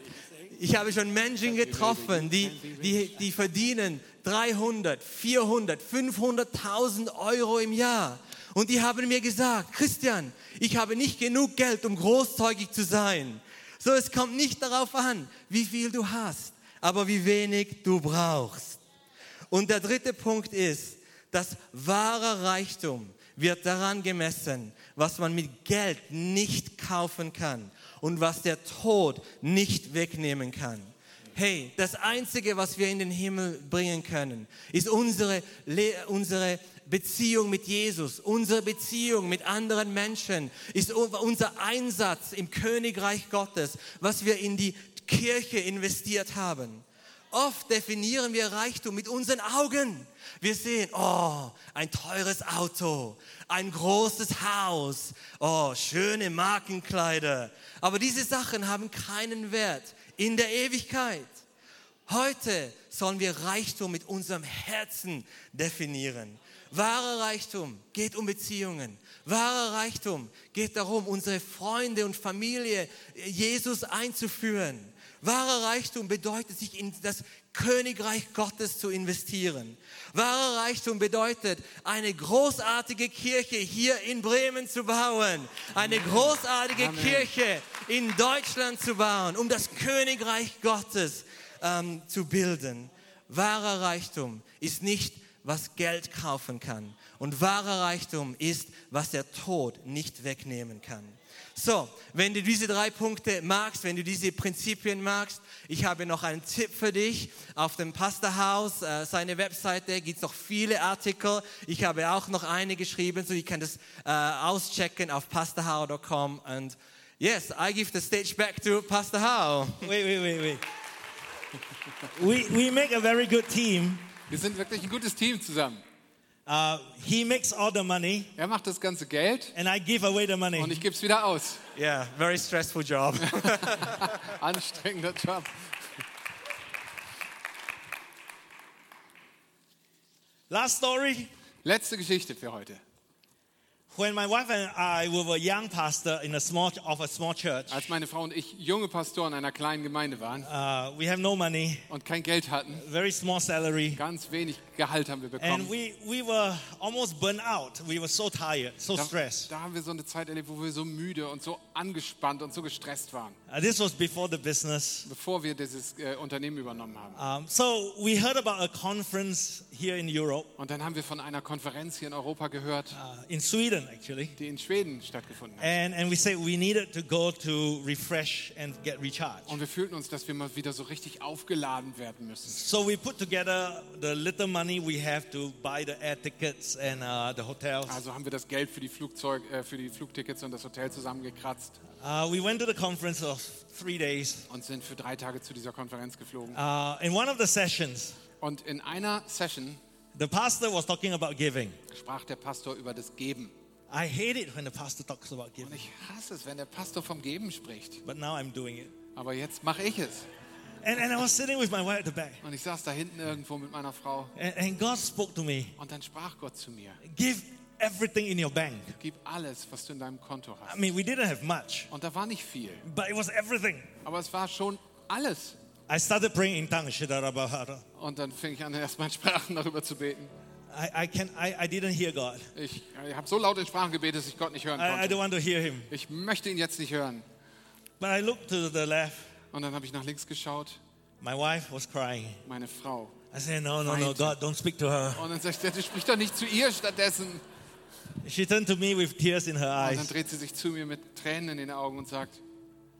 Ich habe schon Menschen getroffen, die, die, die verdienen 300, 400, 500.000 Euro im Jahr. Und die haben mir gesagt, Christian, ich habe nicht genug Geld, um großzügig zu sein. So, es kommt nicht darauf an, wie viel du hast, aber wie wenig du brauchst. Und der dritte Punkt ist, dass wahrer Reichtum wird daran gemessen, was man mit Geld nicht kaufen kann und was der Tod nicht wegnehmen kann. Hey, das Einzige, was wir in den Himmel bringen können, ist unsere, Le unsere Beziehung mit Jesus, unsere Beziehung mit anderen Menschen, ist unser Einsatz im Königreich Gottes, was wir in die Kirche investiert haben. Oft definieren wir Reichtum mit unseren Augen. Wir sehen, oh, ein teures Auto, ein großes Haus, oh, schöne Markenkleider. Aber diese Sachen haben keinen Wert in der Ewigkeit. Heute sollen wir Reichtum mit unserem Herzen definieren. Wahrer Reichtum geht um Beziehungen. Wahrer Reichtum geht darum, unsere Freunde und Familie äh, Jesus einzuführen. Wahrer Reichtum bedeutet, sich in das Königreich Gottes zu investieren. Wahrer Reichtum bedeutet, eine großartige Kirche hier in Bremen zu bauen, eine großartige
Amen.
Kirche in Deutschland zu bauen, um das Königreich Gottes ähm, zu bilden. Wahrer Reichtum ist nicht, was Geld kaufen kann. Und wahrer Reichtum ist, was der Tod nicht wegnehmen kann. So, wenn du diese drei Punkte magst, wenn du diese Prinzipien magst, ich habe noch einen Tipp für dich. Auf dem Pastorhaus, äh, seine Webseite, gibt es noch viele Artikel. Ich habe auch noch eine geschrieben, so ich kann das äh, auschecken auf pastorhau.com. And yes, I give the stage back to Pastor Hau.
Wait, wait, wait, wait. We, we make a very good team.
Wir sind wirklich ein gutes Team zusammen.
Uh, he makes all the money,
Er macht das ganze Geld
and I give away the money.
und ich gebe es wieder aus.
Yeah, very stressful job.
Anstrengender Job.
Last story.
Letzte Geschichte für heute.
When my wife and I we were young pastor in a small of a small church,
Als meine Frau und ich junge Pastoren einer kleinen Gemeinde waren
uh, we have no money,
und kein Geld hatten,
very small salary,
ganz wenig Gehalt haben wir bekommen.
and we, we were almost burnt out. We were so tired, so
Da,
stressed.
da haben wir so eine Zeit erlebt, wo wir so müde und so angespannt und so gestresst waren,
Uh, this was before the business.
bevor wir dieses äh, Unternehmen übernommen haben.
Um, so we heard about a conference here in Europe,
Und dann haben wir von einer Konferenz hier in Europa gehört,
uh, in Sweden actually,
die in Schweden stattgefunden hat.
and and we said we needed to go to refresh and get recharged.
Und wir fühlten uns, dass wir mal wieder so richtig aufgeladen werden müssen.
So we put together the little money we have to buy the air tickets and uh, the hotels.
Also haben wir das Geld für die, Flugzeug, äh, für die Flugtickets und das Hotel zusammengekratzt
Uh, we went to the conference of three days.
und sind für drei Tage zu dieser Konferenz geflogen.
Uh, in one of the sessions,
Und in einer Session
the pastor was talking about giving.
sprach der Pastor über das Geben.
I hate it when the pastor talks about
Und
giving,
ich hasse es, wenn der Pastor vom Geben spricht.
but now I'm doing it.
Aber jetzt mache ich es.
And, and I was sitting with my wife at the back,
Und ich saß da hinten irgendwo mit meiner Frau.
and, and God spoke to me
Und dann sprach Gott zu mir.
Give everything in your bank.
Gib alles, was du in deinem Konto
I
hast.
mean, we didn't have much,
Und da war nicht viel,
but it was everything.
aber es war schon alles.
I started praying in tongues. Shidarabahara.
Und dann fing ich an, erstmal in Sprachen darüber zu beten.
I, I, can, I, I didn't hear God.
Ich habe so laut in Sprachen gebetet, dass ich Gott nicht hören
I, I don't
konnte.
want to hear Him.
Ich möchte ihn jetzt nicht hören.
But I looked to the left.
Und dann habe ich nach links geschaut,
My wife was crying.
meine Frau.
I said, No, no, no, God, don't speak to her.
Und dann sagt er, du sprichst doch nicht zu ihr stattdessen.
She turned to me with tears in her
Und dann
eyes.
dreht sie sich zu mir mit Tränen in den Augen und sagt,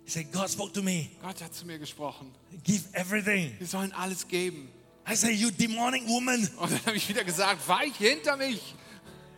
She said, God spoke to me.
Gott hat zu mir gesprochen.
Give everything.
Wir sollen alles geben.
I said, You demonic woman,
Und dann habe ich wieder gesagt, weich hinter mich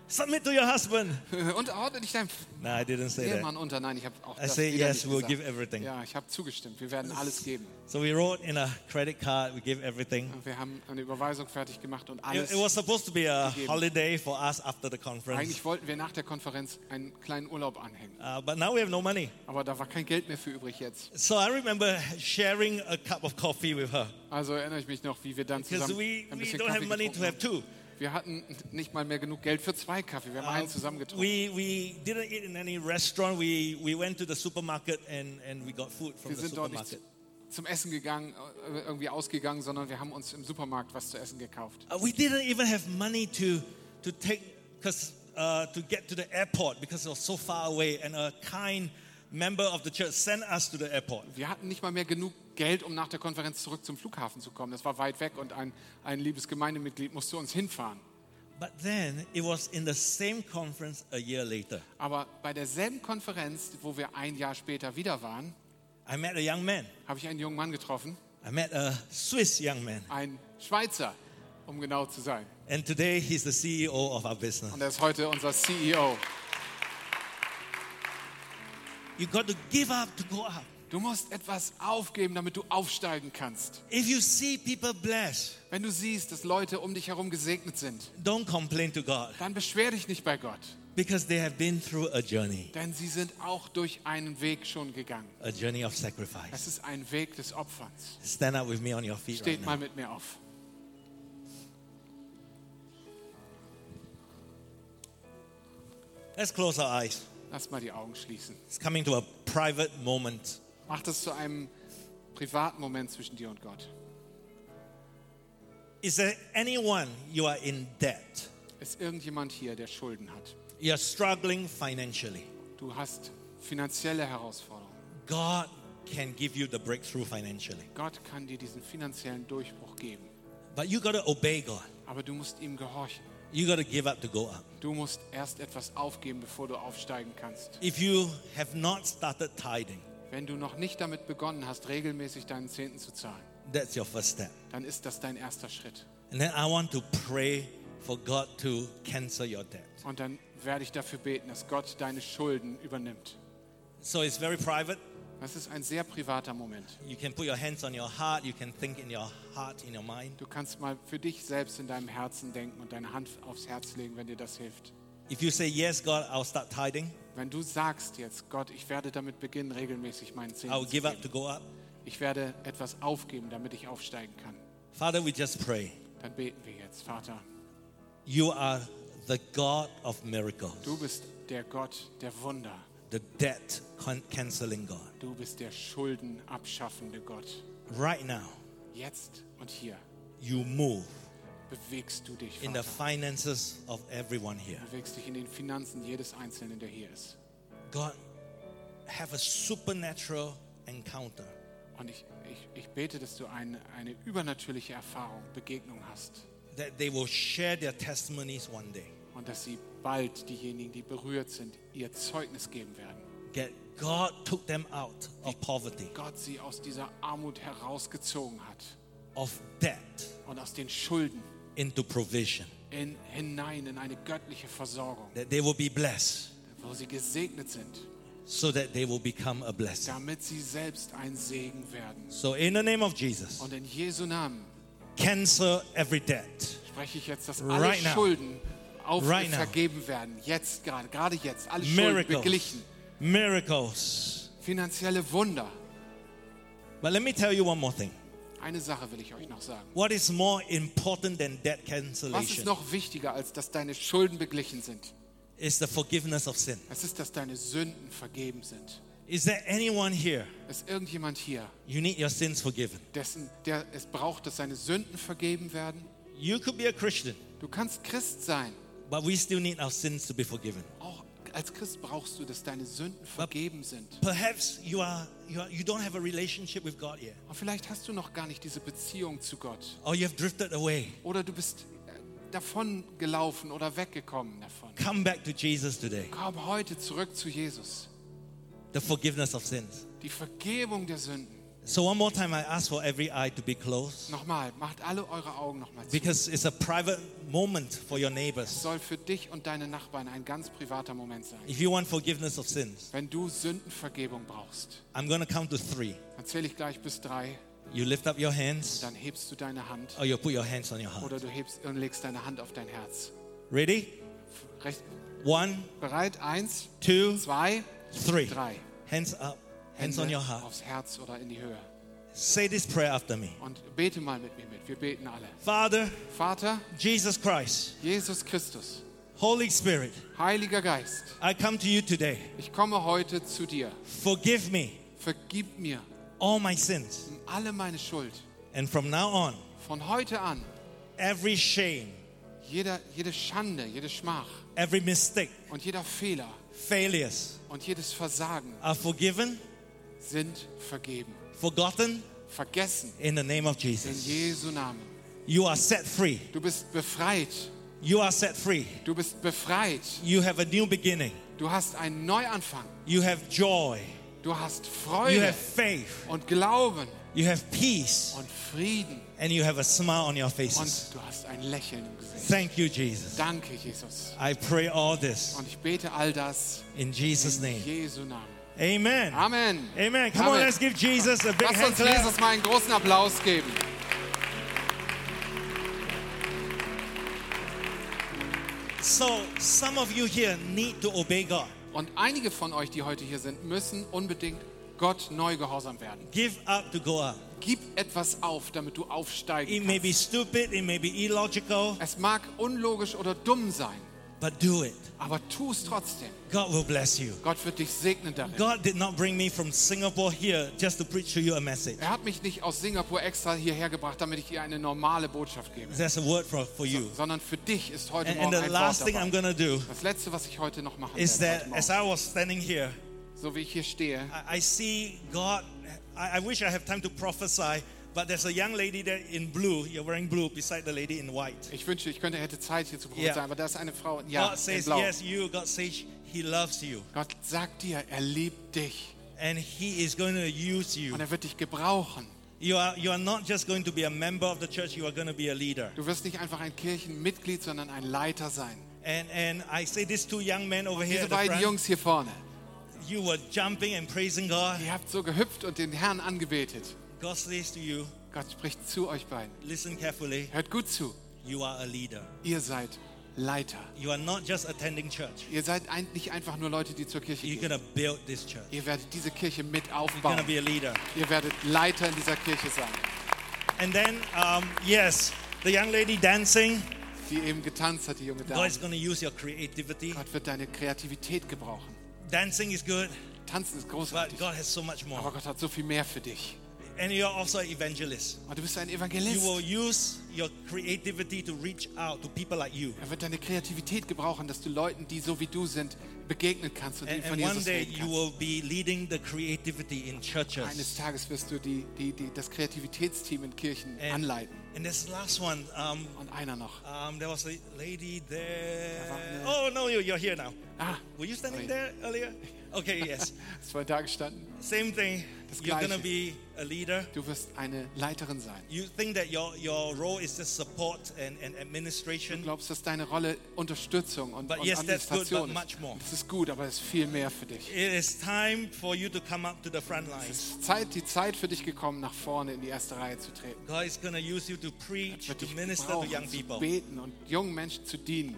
submit to your husband.
unterordne dich deinem
No, I didn't say that.
Ehemann unter. Nein, ich habe auch
I
das
say,
wieder
yes,
nicht
we'll
gesagt.
give everything.
Ja, ich habe zugestimmt. Wir werden alles geben.
So we wrote in a credit card, we gave everything.
Und Wir haben eine Überweisung fertig gemacht und alles.
It, it was supposed to be a
Gegeben.
holiday for us after the conference,
Eigentlich wollten wir nach der Konferenz einen kleinen Urlaub anhängen.
uh, but now we have no money.
Aber da war kein Geld mehr für übrig jetzt.
So I remember sharing a cup of coffee with her
Also erinnere ich mich noch, wie wir dann
because
zusammen
we,
ein
we
bisschen
don't
Kaffee
have money to
getrunken
have
haben.
two.
Wir hatten nicht mal mehr genug Geld für zwei Kaffee. Wir haben einen zusammen getrunken.
Ähm, We, we didn't eat in any restaurant. We, we went to the supermarket and, and we got food from
Wir
the
sind dort nicht
supermarket.
zum Essen gegangen, äh, irgendwie ausgegangen, sondern wir haben uns im Supermarkt was zu essen gekauft.
Uh, we didn't even have money to, to take cause, uh, to get to the airport because it was so far away. And a kind member of the church sent us to the airport.
Wir hatten nicht mal mehr genug Geld, um nach der Konferenz zurück zum Flughafen zu kommen. Das war weit weg und ein, ein liebes Gemeindemitglied musste uns hinfahren.
But then it was in the same conference a year later.
Aber bei derselben Konferenz, wo wir ein Jahr später wieder waren,
I met a young man.
habe ich einen jungen Mann getroffen,
I met a Swiss young man.
einen Schweizer, um genau zu sein.
And today he's the CEO of our business.
Und er ist heute unser E CEO.
You got to give up to go up.
Du musst etwas aufgeben, damit du aufsteigen kannst.
If you see people blessed,
Wenn du siehst, dass Leute um dich herum gesegnet sind,
don't complain to God
dann beschwer dich nicht bei Gott,
because they have been through a journey,
denn sie sind auch durch einen Weg schon gegangen.
a journey of sacrifice.
Es ist ein Weg des Opferns.
Stand up with me on your feet right
Steht mal
now.
mit mir auf.
Let's close our eyes.
Lass mal die Augen schließen.
It's coming to a private moment.
Mach das zu einem privaten Moment zwischen dir und Gott.
Is there anyone you are in debt?
Ist irgendjemand hier, der Schulden hat?
You're struggling financially.
Du hast finanzielle Herausforderungen.
God can give you the breakthrough financially.
Gott kann dir diesen finanziellen Durchbruch geben,
But you got to obey God.
aber du musst ihm gehorchen.
You got to give up to go up.
Du musst erst etwas aufgeben, bevor du aufsteigen kannst.
If you have not started tithing,
Wenn du noch nicht damit begonnen hast, regelmäßig deinen Zehnten zu zahlen,
that's your first step.
dann ist das dein erster Schritt.
And then I want to pray for God to cancel your debt.
Und dann werde ich dafür beten, dass Gott deine Schulden übernimmt.
So it's very private.
Das ist ein sehr privater Moment.
You can put your hands on your heart. You can think in your heart, in your mind.
Du kannst mal für dich selbst in deinem Herzen denken und deine Hand aufs Herz legen, wenn dir das hilft.
If you say, Yes, God, I'll start tithing,
Wenn du sagst jetzt, Gott, ich werde damit beginnen, regelmäßig meinen
I'll
Zehnten zu
give up to
geben.
go up.
Ich werde etwas aufgeben, damit ich aufsteigen kann.
Father, we just pray.
Dann beten wir jetzt, Vater.
You are the God of
Du
miracles,
bist der Gott der Wunder.
the debt con- canceling God.
Du bist der schuldenabschaffende Gott.
Right now,
Jetzt und hier
you move
bewegst du dich,
in the
Vater.
finances of everyone here.
Bewegst dich in den Finanzen jedes Einzelnen, der hier ist.
God, have a supernatural encounter.
Und ich, ich, ich bete, dass du eine, eine übernatürliche Erfahrung, Begegnung hast.
that they will share their testimonies one day.
Und dass sie bald diejenigen, die berührt sind, ihr Zeugnis geben werden.
That God took them out of poverty,
Gott sie aus dieser Armut herausgezogen hat
of debt,
und aus den Schulden
into provision.
in, hinein in eine göttliche Versorgung,
That they will be blessed
wo sie gesegnet sind,
so that they will become a blessing.
damit sie selbst ein Segen werden.
So, in the name of Jesus,
Und in Jesu Namen
cancel every debt.
spreche ich jetzt, dass alle
Right now.
Schulden auf
Right now.
vergeben werden. Jetzt gerade, gerade jetzt. Alle Schulden
Miracles.
beglichen.
Miracles.
Finanzielle Wunder.
But let me tell you one more thing.
Eine Sache will ich euch noch sagen.
What is more important than debt
Was ist
cancellation
noch wichtiger, als dass deine Schulden beglichen sind?
is the forgiveness of sin.
Es ist, dass deine Sünden vergeben sind.
Is there anyone here
Ist irgendjemand hier,
you need your sins forgiven?
dessen, der es braucht, dass seine Sünden vergeben werden?
You could be a Christian,
Du kannst Christ sein.
but we still need our sins to be forgiven.
Auch als Christ brauchst du, dass deine Sünden vergeben sind.
Perhaps you are you, are, you don't have a relationship with God yet,
Und vielleicht hast du noch gar nicht diese Beziehung zu Gott.
or you have drifted away.
Oder du bist äh, davon gelaufen oder weggekommen davon.
Come back to Jesus today.
Komm heute zurück zu Jesus.
The forgiveness of sins.
Die Vergebung der Sünden.
So one more time, I ask for every eye to be closed
Nochmal, macht alle eure Augen nochmal zu.
because it's a private moment for your
Es
neighbors.
soll für dich und deine Nachbarn ein ganz privater Moment sein.
If you want forgiveness of sins,
Wenn du Sündenvergebung brauchst,
I'm going to count to three.
dann zähle ich gleich bis drei,
You lift up your hands,
dann hebst du deine Hand
or you put your hands on your heart.
oder du hebst und legst deine Hand auf dein Herz.
Ready?
Recht,
One,
bereit? Eins,
two,
zwei,
three.
drei.
Hands up, hands on
Hände
your heart.
Aufs Herz oder in die Höhe.
Say this prayer after me.
Und bete mal mit mir mit. Wir beten alle.
Father,
Vater,
Jesus Christ,
Jesus Christus,
Holy Spirit,
Heiliger Geist,
I come to you today.
ich komme heute zu dir.
Forgive me
Vergib mir
all my sins.
alle meine Schuld.
And from now on,
Von heute an,
every shame,
jeder, jede Schande, jede Schmach
every mistake,
und jeder Fehler
failures
und jedes Versagen
are forgiven,
sind vergeben.
forgotten
Vergessen
in the name of
in
Jesus.
Jesu Namen.
You are set free.
Du bist befreit.
You are set free.
Du bist befreit.
You have a new beginning.
Du hast einen Neuanfang.
You have joy.
Du hast
You
Freude
have faith.
und Glauben
You have peace.
und Frieden
And you have a smile on your
und
faces.
du hast ein Lächeln im Gesicht.
Thank you, Jesus.
Danke, Jesus.
I pray all this
Und ich bete all das
in Jesus'
in
name.
Jesu Namen.
Amen.
Amen.
Amen. Come on,
Amen.
let's give Jesus a big
Lass
hand
uns
clap.
Jesus mal einen großen Applaus geben.
So, some of you here need to obey God.
Und einige von euch, die heute hier sind, müssen unbedingt Gott neu gehorsam werden.
Give up to go up.
Gib etwas auf, damit du
It
aufsteigen
may be
kannst.
stupid, it may be illogical,
Es mag unlogisch oder dumm sein,
but do it.
aber tu es trotzdem.
God will bless you.
Gott wird dich segnen darin.
God did not bring me from Singapore here just to preach to you a message.
Er hat mich nicht aus Singapur extra hierher gebracht, damit ich dir eine normale Botschaft gebe,
That's a word for, for you.
sondern für dich ist heute
And, and
Morgen
the
ein Wort
last thing I'm
dabei.
going to do
Das Letzte, was ich heute noch machen
is
werde,
that
heute
as
Morgen,
I was standing here,
so wie ich hier stehe,
I, I see God. I, I wish I have time to prophesy, but there's a young lady there in blue. You're wearing blue beside the lady in white.
ich wünsche, ich könnte, hätte Zeit hier zu
Yeah.
prophezeien, aber da ist eine Frau, ja,
God
in
says,
Blau.
Yes, you. God says, He loves you.
Gott sagt dir, er liebt dich
And He is going to use you.
und er wird dich gebrauchen.
You are, you are not just going to be a member of the church, you are going to be a leader.
Du wirst nicht einfach ein Kirchenmitglied, sondern ein Leiter sein.
And, and I say this two young men over here
Diese
at the
beiden
front,
Jungs hier vorne,
you were jumping and praising God.
ihr habt so gehüpft und den Herrn angebetet.
God says to you,
Gott spricht zu euch beiden.
listen carefully,
Hört gut zu.
you are a leader.
Ihr seid Leiter.
You are not just attending church.
Ihr seid ein, nicht einfach nur Leute, die zur Kirche
You're
gehen.
going to build this church.
Ihr werdet diese Kirche mit
You're going to
aufbauen.
be a leader.
Ihr werdet Leiter in dieser Kirche sein,
And then, um, yes, the young lady dancing,
die eben getanzt hat, die junge
God
Dame.
is going to use your creativity.
Gott wird deine Kreativität gebrauchen.
Dancing is good,
Tanzen ist
but
großartig.
God has so much
Aber
more.
Oh Gott hat so viel mehr für dich.
And you're also an evangelist.
Und du bist ein
You will
Evangelist.
use your creativity to reach out to people like you.
Er wird deine Kreativität gebrauchen, dass du Leuten, die so wie du sind, begegnen kannst und ihnen
And,
von
and one
Jesus
day
reden
you
kannst.
will be leading the creativity in
Eines
churches.
Tages wirst du die, die, die, das Kreativitätsteam in Kirchen
And,
anleiten.
and this last one, um,
Und einer noch.
um, there was a lady there.
Da war
Oh
eine-
no, you, you're here now.
Ah,
Were you standing
Sorry.
there earlier? Okay, yes.
ist vorhin da gestanden.
Same thing.
Das
You're gonna
Gleiche.
be a leader.
Du wirst eine Leiterin sein.
You think that your your role is just support and, and
Du
administration,
glaubst, dass deine Rolle Unterstützung und,
But
und
yes, that's good,
Administration
but much
ist.
more.
Das ist gut, aber es ist viel mehr für dich.
it is time for you to come up to the front line.
Es ist Zeit, die Zeit für dich gekommen, nach vorne in die erste Reihe zu treten.
God is gonna use you to preach,
Wird
to
dich
minister to young
brauchen, zu
people.
beten und jungen Menschen zu dienen.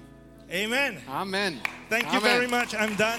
Amen.
Amen.
Thank
Amen.
you very much. I'm done.